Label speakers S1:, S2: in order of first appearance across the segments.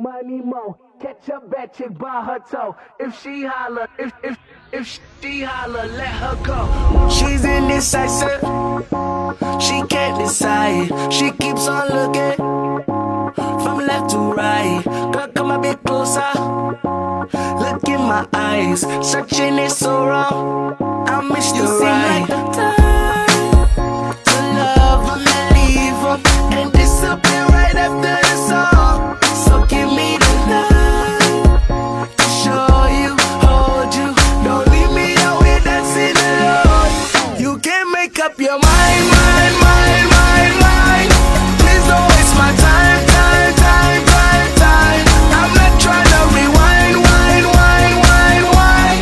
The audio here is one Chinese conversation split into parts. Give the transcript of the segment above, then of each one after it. S1: money mo. Catch a bad chick by her toe. If she holler, if if if she holler, let her go. She's indecisive. She can't decide. She keeps on looking from left to right. Girl, come a bit closer. Look in my eyes. Searching is so wrong. I miss you the right. To love and then leave 'em and disappear right after it's all. So give me the night to show you, hold you. Don't leave me out here dancing alone. You can't make up your mind, mind, mind, mind, mind. Please don't waste my time, time, time, time, time. I'm not trying to rewind, wind, wind, wind, wind.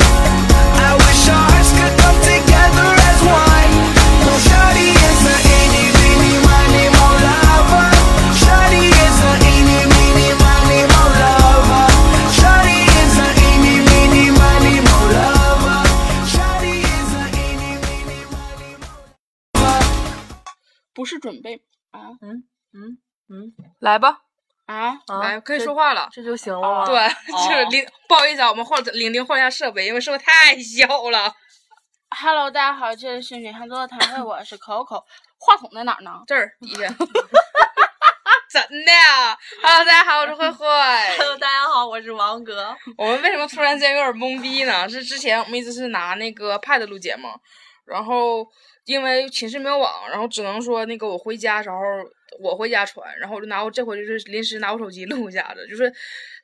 S1: I wish our hearts could come together as one. Well, Shawty is a eeny, meeny, miny, mo lover. Shawty is a eeny, meeny, miny, mo lover. Shawty is a eeny, meeny, miny, mo lover. Shawty is a eeny, meeny, miny, mo lover.
S2: 不是准备啊
S3: 来吧，
S2: 啊！
S3: 嗯啊
S4: 来，可以
S3: 这
S4: 说话了。
S3: 这就行了吗？
S4: 对，就是
S3: 哦
S4: 零，不好意思啊，我们换领灵换一下设备，因为设备太小了。
S2: Hello，大家好，这里是女汉子的谈 会，我是 Coco。话筒在哪儿呢？
S4: 这儿底 下，怎的呀？Hello，大家好，我是慧慧。
S3: Hello，大家好，我是王哥。
S4: 我们为什么突然间有点懵逼呢？是之前我们一直是拿那个 Pad 录节目，然后因为寝室没有网，然后只能说那个我回家时候我回家传，然后我就拿我这回就是临时拿我手机录一下子，就是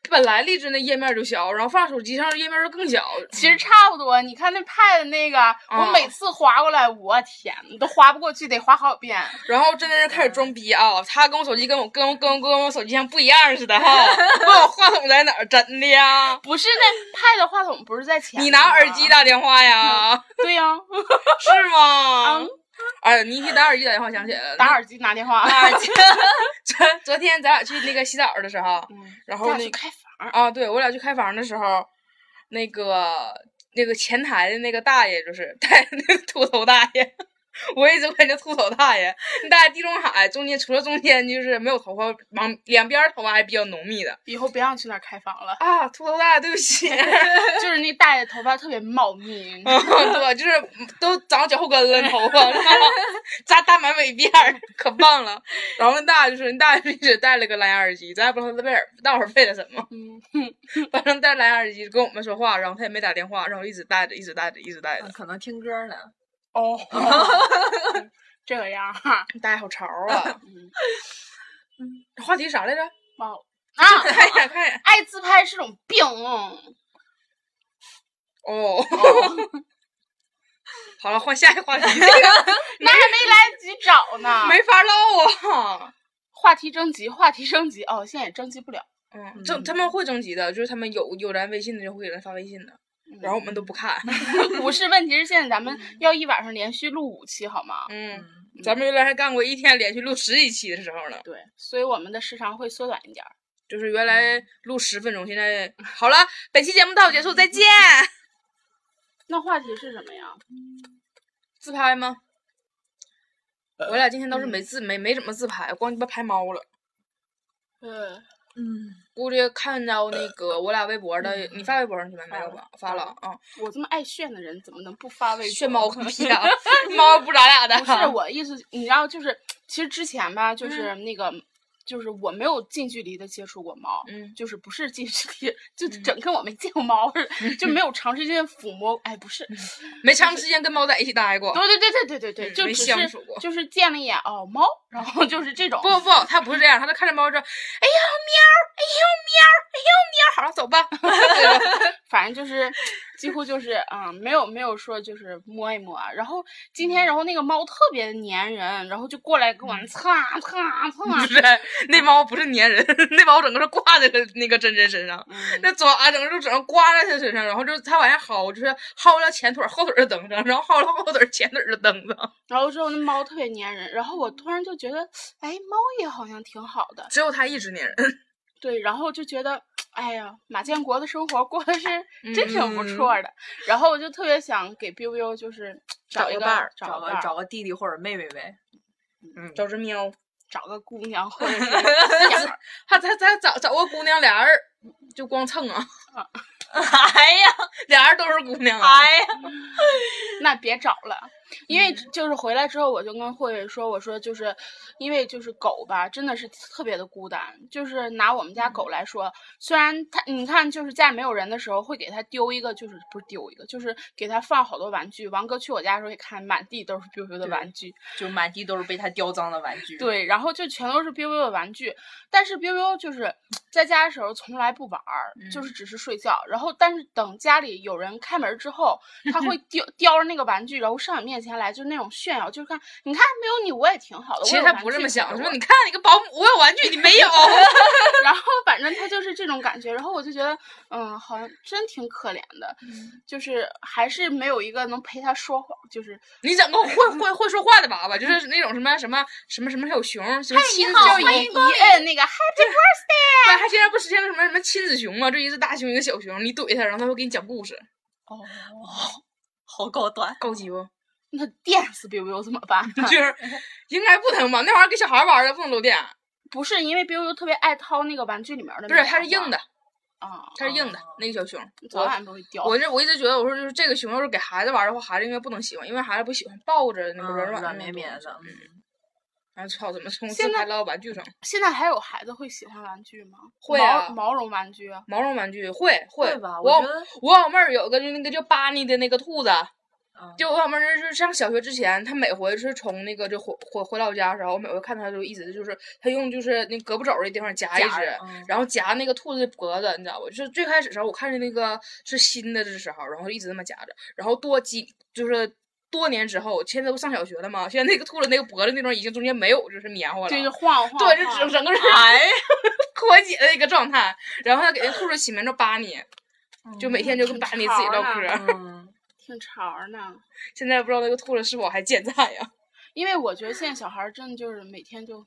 S4: 本来荔枝那页面就小，然后放手机上页面就更小。
S2: 其实差不多，你看那 Pad 那个，我
S4: 嗯
S2: 每次划过来，我天，都划不过去，得划好几遍。
S4: 然后真的是开始装逼啊！他跟我手机跟我跟我跟我跟我手机像不一样似的哈，问我话筒在哪儿，真的呀？
S2: 不是 那 Pad 话筒不是在前
S4: 你
S2: 面吗？
S4: 拿耳机打电话呀？
S2: 对呀、
S4: 是吗
S2: 嗯？
S4: 哎，你一提打耳机打电话想起来了，
S2: 打耳机拿电 话。
S4: 打耳机。昨昨天咱俩去那个洗澡的时候，
S2: 嗯，
S4: 然
S2: 咱
S4: 后
S2: 俩
S4: 那
S2: 去
S4: 个
S2: 开房儿。
S4: 啊，对我俩去开房的时候，那个那个前台的那个大爷就是带那个秃头大爷， 我一直管叫秃头大爷。那大爷地中海中间除了中间就是没有头发，往两边头发还比较浓密的，
S2: 以后别让去那儿开房了
S4: 啊，秃头大爷，对不起。
S2: 就是那大爷头发特别茂密。
S4: 嗯对，就是都长脚后跟了，头发， 然后扎大马尾辫儿，可棒了。然后那大爷就说，那大爷一直戴了个蓝牙耳机，咱也不知道他为大伙儿为了什么，
S2: 嗯，
S4: 反正戴蓝牙耳机跟我们说话，然后他也没打电话，然后一直戴着，一直戴着，一直戴着。
S3: 嗯可能听歌呢。
S2: 哦，这个样儿哈，
S4: 大爷好潮啊！
S2: 嗯，
S4: 话题啥来 着？
S2: 哇哦啊，
S4: 看一眼，看一眼。
S2: 爱自拍是种病。
S4: 哦， 好了，换下一个 话题，这
S2: 那还没来得及找
S4: 个
S2: 呢。
S4: 没法唠啊。
S2: 话题征集，话题征集，哦，现在也征集不了。
S4: 嗯，征他们会征集的，就是他们有有咱微信的就会给咱发微信的，然后我们都不看。
S2: 不是，嗯问题是现在咱们要一晚上连续录五期，好吗？
S4: 嗯，咱们原来还干过一天连续录十几期的时候呢，
S2: 对，所以我们的时长会缩短一点儿。
S4: 就是原
S2: 嗯
S4: 来录十分钟，现在好了，本期节目到此结束，再见。
S2: 嗯那话题是什么呀？
S4: 自拍吗？我俩今天倒是
S2: 嗯
S4: 没自没没怎么自拍，光鸡巴拍猫了。
S2: 呃，
S3: 嗯，
S4: 估计看到那个我俩微博的，
S2: 嗯
S4: 你发微博上去没？没有吧？发了啊，
S2: 我这么爱炫的人，怎么能不发微博？
S4: 炫 猫个屁 啊！猫不咱俩的。
S2: 不是我意思，你知道，就是其实之前吧，就是
S4: 嗯
S2: 那个，就是我没有近距离的接触过猫，
S4: 嗯
S2: 就是不是近距离，就整跟我没见过猫 似的，就没有长时间抚摸，哎，不
S4: 嗯
S2: 是，
S4: 没长时间跟猫在一起待过。
S2: 对对对对对对对，
S4: 嗯
S2: 就
S4: 没
S2: 只
S4: 相
S2: 是
S4: 处过
S2: 就是见了一眼哦猫，然后就是这种，
S4: 不不，他不是这样，他就看着猫说：“哎呦喵，哎呦喵，哎呦喵，好了，走吧。
S2: 反正就是几乎就是啊、没有没有说就是摸一摸啊。然后今天，
S4: 嗯
S2: 然后那个猫特别的粘人，然后就过来跟我蹭啊蹭啊蹭
S4: 不，
S2: 啊
S4: 嗯 是，那猫不是粘人， 那猫整个是挂在了那个珍珍身上，
S2: 嗯
S4: 那爪整个就整个刮在他身上，然后就它往下薅，就是薅了前腿儿后腿儿的蹬上，然后薅了后腿儿前腿儿的蹬上。
S2: 然后之后那猫特别粘人，然后我突然就觉得，哎，猫也好像挺好的，
S4: 只有它一直粘人，
S2: 对，然后就觉得，哎呀，马建国的生活过得是真挺不
S4: 嗯
S2: 错的。然后我就特别想给 biu biu 就是
S3: 找
S2: 一
S3: 个
S2: 个
S3: 伴儿，
S2: 找
S3: 个
S2: 伴 儿
S3: 找个弟弟或者妹妹呗。嗯，
S4: 找只喵。
S2: 找个姑娘或者是娘们儿
S4: 还咱咱找找个姑娘，俩人儿就光蹭啊，
S3: 哎呀，
S4: 俩人都是姑娘啊。
S3: 哎呀，
S2: 那别找了，因为就是回来之后，我就跟慧慧说，我说就是因为就是狗吧，真的是特别的孤单。就是拿我们家狗来说，虽然它你看就是家里没有人的时候，会给它丢一个，就是不是丢一个，就是给它放好多玩具。王哥去我家的时候也看，满地都是 biu biu 的
S3: 对
S2: 玩具。
S3: 就满地都是被他叼脏的玩具。，
S2: 对，然后就全都是 biu biu 的玩具，但是 biu biu 就是在家的时候从来不玩儿，就
S3: 嗯
S2: 是只是睡觉。然后，但是等家里有人开门之后，他 会叼叼着那个玩具，然后上你面前来，就那种炫耀，就是看你看没有你我也挺好的。
S4: 其实
S2: 我有
S4: 他
S2: 玩
S4: 不是这
S2: 具
S4: 么
S2: 可
S4: 想，
S2: 玩
S4: 说你看你个保姆，我有玩具，你没 有。
S2: 然后反正他就是这种感觉，然后我就觉得，嗯，好像真挺可怜的，
S4: 嗯
S2: 就是还是没有一个能陪他说话，就是
S4: 你整个会会会说话的娃娃，就是那种什么什么什么什么小熊，什么亲子
S2: 就
S4: 叫
S2: 一
S4: 一，
S2: 一摁那个 happy，
S4: 还还现在不实现了什么什么亲子熊吗？就一只大熊一个小熊，你怼它，然后它会给你讲故事， 哦
S3: 好高端。
S4: 高级不？
S2: 那电死 biu biu 怎么办？啊
S4: 就是应该不能吧？那玩意儿给小孩玩儿的不能漏电，
S2: 不是因为 biu biu 特别爱掏那个玩具里面的，
S4: 不是它是硬的，
S2: 啊，
S4: 它是硬的那个小熊。
S2: 早
S4: 我
S2: 晚都会掉。
S4: 我这我一直觉得，我说就是这个熊要是给孩子玩儿的话，孩子应该不能喜欢，因为孩子不喜欢抱着那个软
S3: 嗯软
S4: 软
S3: 绵绵的，嗯
S4: 然后操，怎么从
S2: 现
S4: 自拍
S2: 在
S4: 唠到玩具上？
S2: 现在还有孩子会喜欢玩具吗？
S4: 会
S2: 毛
S4: 啊
S2: 毛绒玩具。
S4: 毛绒玩具会会
S3: 会吧
S4: 我
S3: 我
S4: 老
S3: 觉得
S4: 我老妹儿有个就那个叫巴尼的那个兔子，
S3: 嗯
S4: 就我老妹儿就是上小学之前，她每回是从那个就回回回老家的时候，我每回看她就一直就是她用就是那胳膊肘儿的地方夹一
S3: 夹
S4: 只，
S3: 着嗯
S4: 然后夹那个兔子的脖子，你知道不？就是最开始时候我看着那个是新的的时候，然后一直这么夹着，然后多几就是。多年之后，现在不上小学了吗？现在那个兔子那个脖子那地方已经中间没有就是棉花了，
S2: 对，就晃晃。
S4: 啊对，就
S2: 晃
S4: 整整个是
S3: 哎呀，
S4: 我姐的一个状态，然后她给那兔子起名叫巴尼，
S3: 哦
S4: 就每天就跟
S2: 挺
S4: 巴尼自己
S2: 潮
S4: 唠
S2: 呢
S4: 嗑儿。
S3: 嗯，
S2: 挺潮儿呢。
S4: 现在不知道那个兔子是否还健在啊呀？
S2: 因为我觉得现在小孩儿真的就是每天就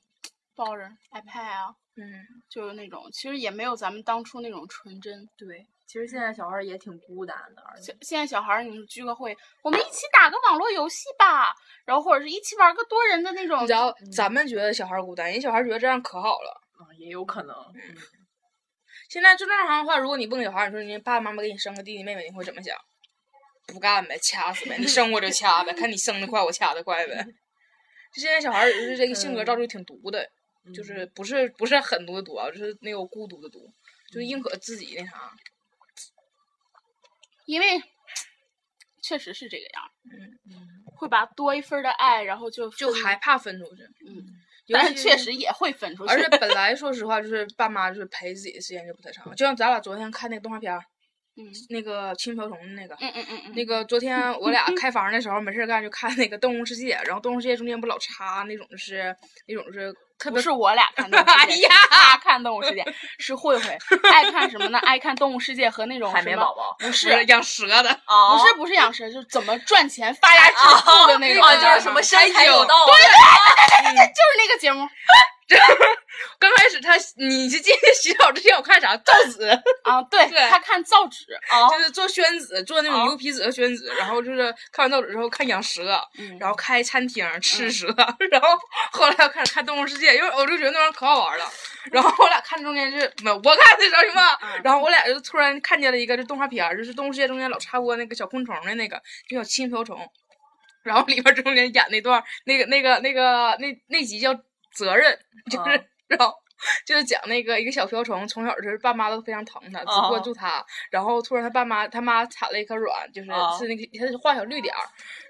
S2: 抱着 iPad 啊，
S4: 嗯，
S2: 就是那种，其实也没有咱们当初那种纯真。
S3: 对，其实现在小孩儿也挺孤单的，而且
S2: 现现在小孩儿，你聚个会，我们一起打个网络游戏吧，然后或者是一起玩个多人的那种
S4: 你知。道咱们觉得小孩儿孤单，人小孩儿觉得这样可好了。
S3: 啊也有可能，嗯
S4: 现在就那样的话，如果你问小孩儿，你说你爸爸妈妈给你生个弟弟妹妹，你会怎么想？不干呗，掐死呗，你生我就掐呗，看你生的快我掐的快呗。就现在小孩儿就是这个性格造就挺毒的，
S3: 嗯
S4: 就是不是不是狠毒的毒啊，就是那种孤独的毒，就宁可自己那啥。
S2: 因为确实是这个样儿，会把多一份儿的爱，然后就
S4: 就
S2: 分
S4: 害怕分出去。
S2: 嗯，
S4: 尤
S2: 但
S4: 其
S2: 确实也会分出去。嗯
S4: 而且本来说实话，就是爸妈就是陪自己的时间就不太长，就像咱俩昨天看那个动画片儿，
S2: 嗯
S4: 那个《青瓢虫》的那个。
S2: 嗯嗯嗯嗯，
S4: 那个昨天我俩开房的时候没事儿干就看那个《动物世界》，然后《动物世界》中间不老插那种就是那种就是特
S2: 不
S4: 别
S2: 是我俩看动物世界，
S4: 哎呀
S2: 他看动物世界，是慧慧爱看什么呢？爱看动物世界和那种
S3: 海
S2: 什
S3: 绵
S2: 么
S3: 宝宝
S2: 不
S4: 是
S2: 是。
S4: 养蛇的，
S3: 啊
S2: 不是不是养蛇，就是怎么赚钱发家致富的那种，
S3: 啊，就是什么
S4: 山
S3: 身
S4: 海
S3: 材有
S4: 有
S3: 道，
S2: 就是那个节目
S4: 刚开始他你是今天洗澡之前我看啥造纸，
S2: 啊，对
S4: 对
S2: 他看造纸，
S3: 啊
S4: 就是做宣纸，做那种牛皮纸和宣纸，然后就是看完造纸之后看养蛇，
S2: 嗯
S4: 然后开餐厅吃蛇，然后后来我开始看《动物世界》，因为我就觉得那玩意儿可好玩了。然后我俩看中间就是没有我看的时候什么，然后我俩就突然看见了一个就动画片儿，就是《动物世界》中间老插播那个小昆虫的那个，就叫青瓢虫。然后里边中间演那段儿那个那个那个那那集叫责任，就是、
S3: 啊
S4: 然后。就是讲那个一个小瓢虫，从小就是爸妈都非常疼他，只
S3: 哦
S4: 关注他。然后突然他爸妈他妈产了一颗卵，就是、
S3: 哦
S4: 是那个他是画小绿点儿，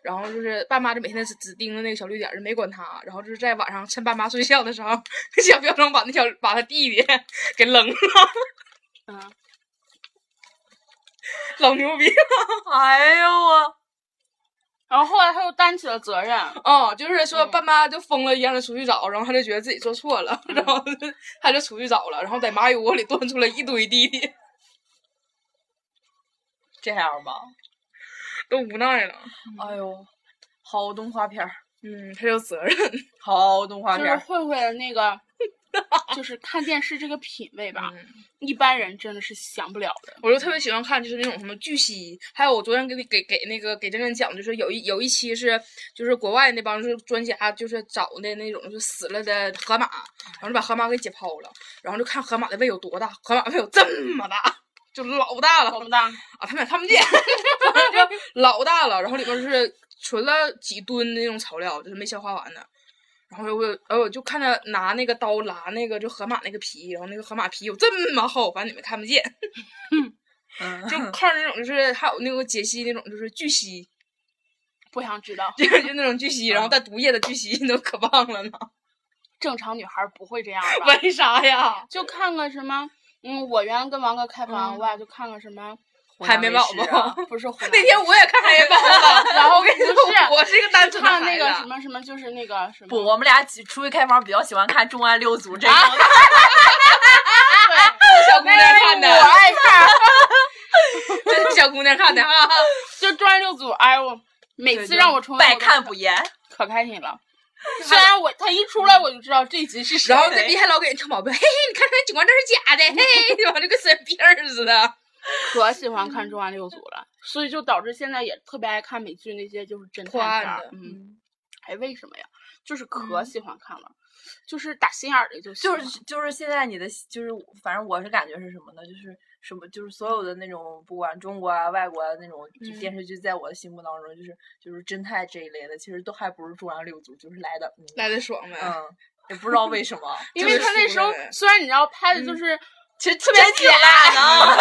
S4: 然后就是爸妈就每天只只盯着那个小绿点儿，就没管他。然后就是在晚上趁爸妈睡觉的时候， 小瓢虫把那小把他弟弟给扔了，
S2: 嗯，
S4: 老牛逼
S3: 哎呦我，
S2: 然后后来他又担起了责任，
S4: 哦，就是说
S2: 嗯
S4: 爸妈就疯了一样的出去找，然后他就觉得自己做错了，然后就 他就出去找了，然后在蚂蚁窝里 端出来一堆弟弟，
S3: 这样吧，
S4: 都无奈了。
S3: 哎呦，好动画片儿，
S4: 嗯，他有责任。
S3: 好动画
S2: 就
S3: 片
S2: 是
S3: 儿，
S2: 慧慧的那个就是看电视这个品味吧，
S4: 嗯
S2: 一般人真的是享不了的。
S4: 我就特别喜欢看，就是那种什么巨蜥，还有我昨天给你给给那个给真真讲，就是有一有一期是就是国外那帮就是专家就是找的那种就死了的河马，然后就把河马给解剖了，然后就看河马的胃有多大，河马胃有这么大，就老大了，
S2: 懂不懂？
S4: 啊，他们俩看不见，反正 就老大了。然后里面就是存了几吨的那种草料，就是没消化完的。然后我有，呃，我就看着拿那个刀拉那个就河马那个皮，然后那个河马皮有这么厚，反正你们看不见。
S3: 嗯
S4: 就靠那种就是还有那个解析那种就是巨蜥，
S2: 不想知道，
S4: 就是就那种巨蜥，然后带毒液的巨蜥，那可棒了呢。
S2: 正常女孩儿不会这样吧？
S4: 为啥呀？
S2: 就看个什么，嗯，我原来跟王哥开房，
S4: 嗯
S2: 我俩就看个什么，
S4: 海绵宝
S3: 啊
S4: 宝。
S2: 啊不是湖南
S4: 那天我也看海绵宝宝，
S2: 然后
S4: 我跟你
S2: 不是
S4: 说，我是一个单纯的
S2: 看那
S4: 孩
S2: 个
S4: 子
S2: 什么什么，就是那个什 么，
S3: 不，我们俩起出去开房比较喜欢看《重案六组》这个，
S4: 啊小姑娘看的，
S2: 哎我爱看，
S4: 这是小姑娘看的啊 哈。
S2: 就《重案六组》，哎我每次让我重温
S3: 百
S2: 我都
S3: 看不厌。
S2: 可开心了。虽然我他一出来我就知道这集是谁，
S4: 然后这逼还老给人挑毛病，嘿嘿，你看那警官证是假的，嘿，就往这跟神病儿似的。
S2: 可喜欢看《重案六组》了，所以就导致现在也特别爱看美剧那些就是侦
S4: 破
S2: 探
S4: 案
S2: 片儿
S4: 的，
S2: 嗯，哎为什么呀？就是可喜欢看了，就是打心眼儿里就喜
S3: 就
S2: 欢
S3: 是就是现在你的就是，反正我是感觉是什么呢？就是什么就是所有的那种，不管中国啊、外国啊那种就
S4: 嗯
S3: 电视剧，在我的心目当中，就是就是侦探这一类的，其实都还不是中央六组，就是来的，嗯
S4: 来的爽呗，
S3: 嗯，也不知道为什 么，
S2: 因为
S4: 特别
S2: 他那
S4: 熟
S2: 时候
S4: 人
S2: 虽然你知道拍的就是。
S3: 其实特别假呢。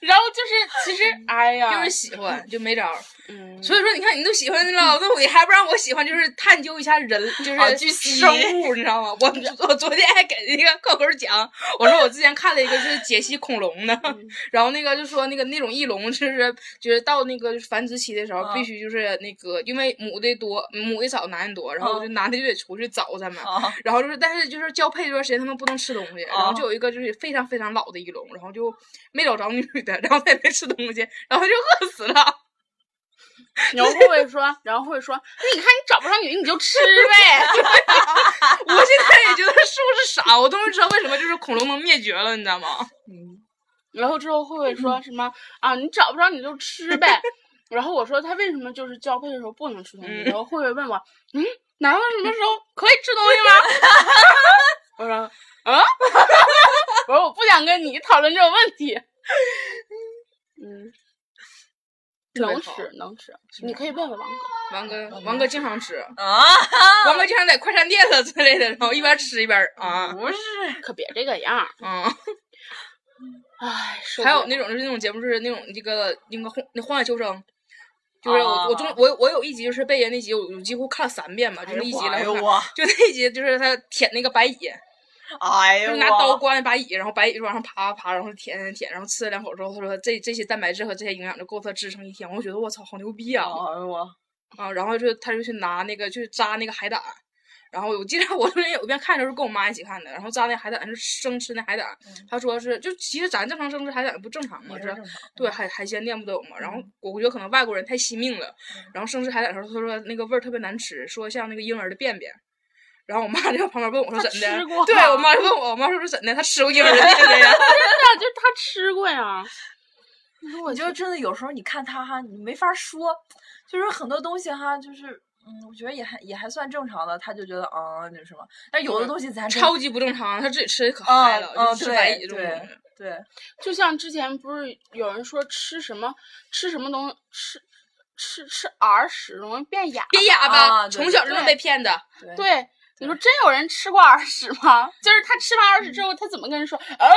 S2: 然后就是，其实，哎呀，
S4: 就是喜欢就没招儿。
S2: 嗯，
S4: 所以说，你看你都喜欢了，那我还不让我喜欢，就是探究一下人，就
S3: 啊
S4: 是
S3: 巨蜥
S4: 生物，你知道吗？我我昨天还给那个扣扣讲，我说我之前看了一个就是解析恐龙的，
S2: 嗯
S4: 然后那个就说那个那种翼龙就是就是到那个繁殖期的时
S2: 嗯
S4: 候
S3: 啊
S4: 必须就是那个因为母的多母的少男的多，然后
S3: 啊
S2: 嗯
S4: 就男的就得出去找它们，
S3: 啊
S4: 然后就是，但是就是交配这段时间他们不能吃东西，然后
S3: 哦
S4: 就有一个就是非常非常老的翼龙，然后就没找着女的，然后他也没吃东西，然后就饿死了。
S2: 然后会说，然后会说，哎那你看你找不上女，你就吃呗。
S4: 我现在也觉得是不是傻？我终于知道为什么就是恐龙能灭绝了，你知道吗？
S2: 然后之后慧慧说什么啊？你找不着你就吃呗。 然后我说他为什么就是交配的时候不能吃东西？
S4: 嗯
S2: 然后慧慧问我，嗯，难道什么时候可以吃东西吗？ 我说啊， 我说我不想跟你讨论这种问题。嗯，
S4: 特别
S2: 能
S4: 好
S2: 吃能吃，你可以问问王哥。
S4: 王哥，
S3: 哦
S4: 王哥经常吃，
S3: 啊！
S4: 王哥经常在快餐店了之类的，然后一边吃一边啊
S3: 不是，
S2: 可别这个样儿，
S4: 啊。
S3: 哦
S2: 唉，受
S4: 还
S2: 不
S4: 有
S2: 了
S4: 那种就是那种节目，就是那种那个那个荒那荒野求生，就是我、我中
S3: 啊
S4: 我有我有一集就是贝爷那集，我我几乎看了三遍吧，就是一集来
S3: 哎
S4: 回
S3: 呦
S4: 看。
S3: 我，
S4: 就那一集就是他舔那个白蚁，
S3: 哎呦
S4: 就是
S3: 我，
S4: 拿刀刮那白蚁，然后白蚁就往上爬爬爬，然后舔舔，然后吃了两口之后，他说这这些蛋白质和这些营养就够他支撑一天。我就觉得我操，好牛逼啊！
S3: 哎呦我，
S4: 啊，然后就他就去拿那个去扎那个海胆，然后我记得我昨天有一遍看的时候跟我妈一起看的，然后扎那海胆是生吃那海胆，他说是就其实咱正常生吃海胆嗯不正常吗？
S3: 也
S4: 是
S3: 是正常
S4: 对海海鲜店不都有吗？然
S3: 嗯
S4: 后我觉得可能外国人太惜命了，然后生吃海胆的时候他说那个味儿特别难吃，说像那个婴儿的便便。然后我妈就在旁边问我说
S2: 他
S4: 怎的
S2: 吃过？
S4: 对我妈就问我，我妈说是怎的？她吃过婴儿的便便 呀？
S2: 对，就是他吃过 呀。你说我
S3: 我
S2: 就
S3: 就真的有时候你看他哈，你没法说，就是很多东西哈，就是嗯，我觉得也还也还算正常的，他就觉得嗯那什么，但有的东西咱真
S4: 超级不正常，她自己吃的可
S3: 嗯
S4: 嗨了，就
S3: 嗯
S4: 吃白
S3: 对
S4: 蚁这种东
S3: 对
S4: 西。
S3: 对
S2: 就像之前不是有人说吃什么吃什么东西吃吃吃 R 屎容易变哑，
S4: 别哑
S3: 啊
S4: 巴，
S3: 对
S4: 从
S3: 对
S4: 小就是
S2: 对
S4: 被骗的。
S3: 对
S2: 对。你说真有人吃过耳屎吗？ 就是他吃完耳屎之后，他怎么跟人说？
S4: 嗯
S2: 呃，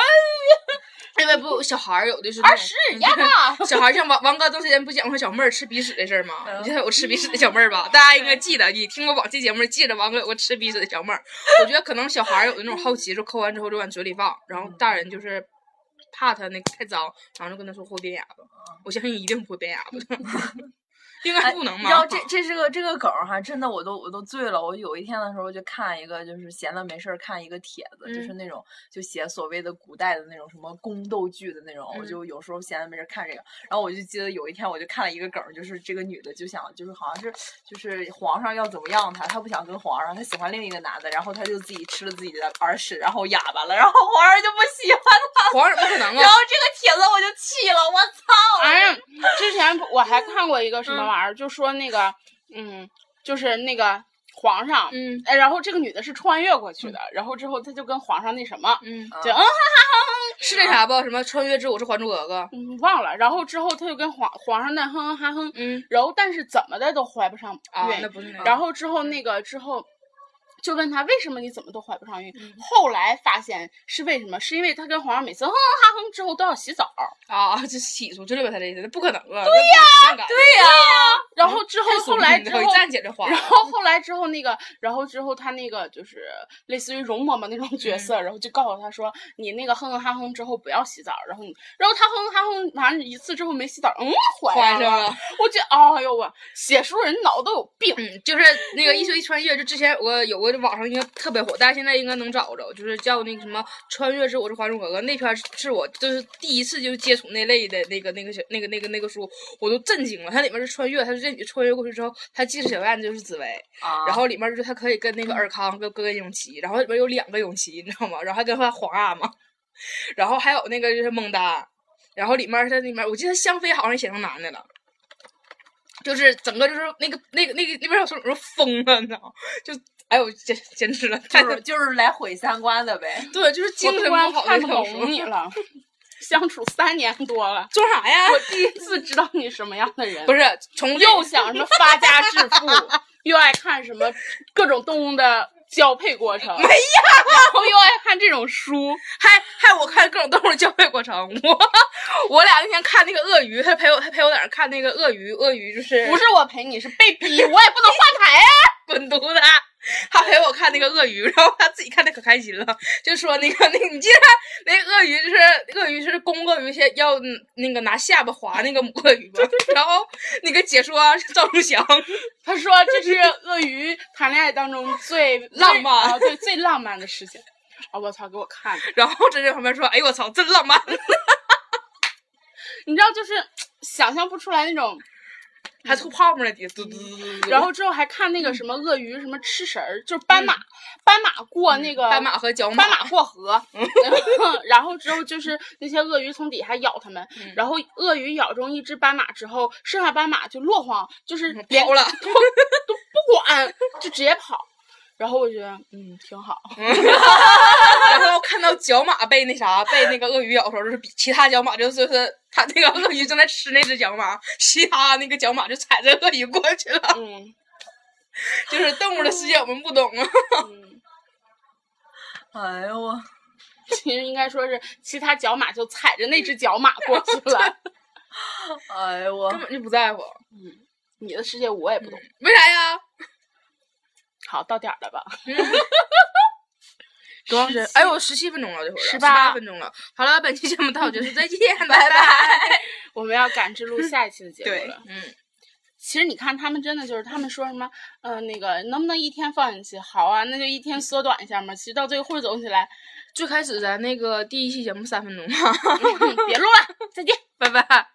S4: 因为不小孩儿有的是那
S2: 耳
S4: 种
S2: 屎呀！
S4: 小孩儿像王王哥，段时间不讲过小妹儿吃鼻屎的事儿吗？
S3: 嗯
S4: 你记得有吃鼻屎的小妹儿吧？大家应该记得，你听过往期节目，记得王哥有个吃鼻屎的小妹儿。我觉得可能小孩儿有那种好奇，就抠完之后就往嘴里放，然
S3: 嗯
S4: 后大人就是 怕他那个太脏，然后就跟他说会变哑巴。我相信一定不会变哑巴的。应该
S3: 嗯哎
S4: 不能
S3: 你
S4: 吧？
S3: 知道这这是个这个梗儿哈，真的我都我都醉了。我有一天的时候就看一个，就是闲了没事儿看一个帖子，就是那种就写所谓的古代的那种什么宫斗剧的那种，我
S4: 嗯
S3: 就有时候闲了没事儿看这个。然后我就记得有一天我就看了一个梗儿，就是这个女的就想就是好像是就是皇上要怎么样她，她不想跟皇上，她喜欢另一个男的，然后她就自己吃了自己的耳屎，然后哑巴了，然后皇上就不喜欢她。
S4: 皇上不可能
S3: 然
S4: 啊！
S3: 后这个帖子我就气了，我操！
S2: 哎呀，之前不我还看过一个什
S4: 嗯
S2: 么玩意儿，就说那个，嗯，就是那个皇上，
S4: 嗯
S2: 哎，然后这个女的是穿越过去的，然后之后她就跟皇上那什么，
S4: 嗯，
S2: 就嗯
S4: 是那啥不？什么穿越之我是还珠格格？
S2: 嗯忘了，然后之后她就跟皇皇上那哼哼哈哼，
S4: 嗯
S2: 然后但是怎么的都怀不上
S4: 啊，
S2: 孕，
S4: 那不是
S3: 嗯
S4: 那个。
S2: 然后之后那个之后。就问他为什么你怎么都怀不上孕？
S4: 嗯
S2: 后来发现是为什么？是因为他跟皇上每次哼哼哈哼之后都要洗澡，
S4: 啊，这洗出去了吧？他这意思，那不可能啊！对呀，对呀。
S2: 然后之后
S4: 哦太
S2: 后
S4: 怂
S2: 来
S4: 了
S2: 之
S4: 你
S2: 后
S4: 可以站起来花
S2: 然 后后来之后那个，然后之后他那个就是类似于容嬷嬷那种角
S4: 嗯
S2: 色，然后就告诉他说，你那个哼哼哈哼之后不要洗澡，然后你，然后他哼哼哈哼完了一次之后没洗澡，嗯，怀
S4: 怀
S2: 上
S4: 上
S2: 了
S4: 了。
S2: 我觉得，哎呦我写书人脑都有病。
S4: 嗯，就是那个一说一穿越，就之前我有个网上应该特别火，但是现在应该能找着，就是叫那个什么《穿越之我是还珠格格》那篇儿是，是我就是第一次就接触那类的那个那个小那个那个那个书，我都震惊了。它里面是穿越，它是这女穿越过去之后，她既是小燕子就是紫薇，
S3: 啊
S4: 然后里面就是她可以跟那个尔康跟跟永琪，然后里面有两个永琪，你知道吗？然后还跟她皇阿玛， 然后还有那个就是蒙丹，然后里面它里面我记得香妃好像也写成男的了。就是整个就是那个那个那个那边有说说疯了，你知道吗？就哎呦，简简直了，太
S3: 就是就是来毁三观的呗。
S4: 对，就是精
S2: 我
S4: 神
S2: 突
S4: 不
S2: 然
S4: 好的
S2: 看
S4: 一
S2: 不
S4: 种书
S2: 懂你了， 相处三年多了，
S4: 装啥呀？
S2: 我第一次知道你什么样的人。
S4: 不是从
S2: 又想什么发家致富，又爱看什么各种动物的交配过程，没有，然后又爱看这种书，
S4: 还还我看各种动物交配过程，我我俩那天看那个鳄鱼，他陪我他陪我在那儿看那个鳄鱼，鳄鱼就是
S2: 不是我陪你，是被逼，我也不能换台呀、
S4: 滚犊子！啊他陪我看那个鳄鱼，然后他自己看的可开心了，就说那个那 个，你记得那个鳄鱼就是鳄鱼是公鳄鱼先要嗯那个拿下巴划那个母鳄鱼吗？ 然后那个解说是赵忠祥，
S2: 他说这是鳄鱼谈恋爱当中最
S4: 浪漫
S2: 啊，对，最浪漫的事情。啊、我操，给我看的！
S4: 然后在这旁边说：“哎呦我操，真浪漫
S2: 你知道，就是想象不出来那种，！”
S4: 还吐泡沫了，滴嘟嘟嘟嘟嘟。
S2: 然后之后还看那
S4: 嗯
S2: 个什么鳄鱼什么吃食儿，就是斑马，斑马过那个
S4: 嗯斑马和角
S2: 斑马过河，
S4: 嗯
S2: 然后之后就是那些鳄鱼从底下咬它们，
S4: 嗯
S2: 然后鳄鱼咬中一只斑马之后，剩下斑马就落荒，就是连
S4: 嗯跑了
S2: 都都不管，就直接跑。然后我觉得，嗯，挺好。
S4: 然后看到角马被那啥被那个鳄鱼咬的时候，就是比其他角马就是它那个鳄鱼正在吃那只角马，其他那个角马就踩着鳄鱼过去了。
S2: 嗯
S4: 就是动物的世界我们不懂啊。
S2: 嗯，
S3: 哎呦我，
S2: 其实应该说是其他角马就踩着那只角马过去 了。
S3: 哎呦我
S4: 根，本就不在乎，
S2: 你的世界我也不懂。
S4: 为啥呀？
S2: 好，到点儿 了吧？
S4: 多长时间？哎呦，十七分钟了，这会儿
S2: 18
S4: 十八分钟了。好了，本期节目到此结 束，再见，拜
S3: 拜。
S2: 我们要赶制录下一期的节目
S3: 对
S2: 了。
S4: 嗯，
S2: 其实你看，他们真的就是他们说什么，呃，那个能不能一天放一期？好啊，那就一天缩短一下嘛。其实到最后汇总起来，
S4: 最开始咱那个第一期节目三分钟，
S2: 别录了，再见。
S4: 拜拜。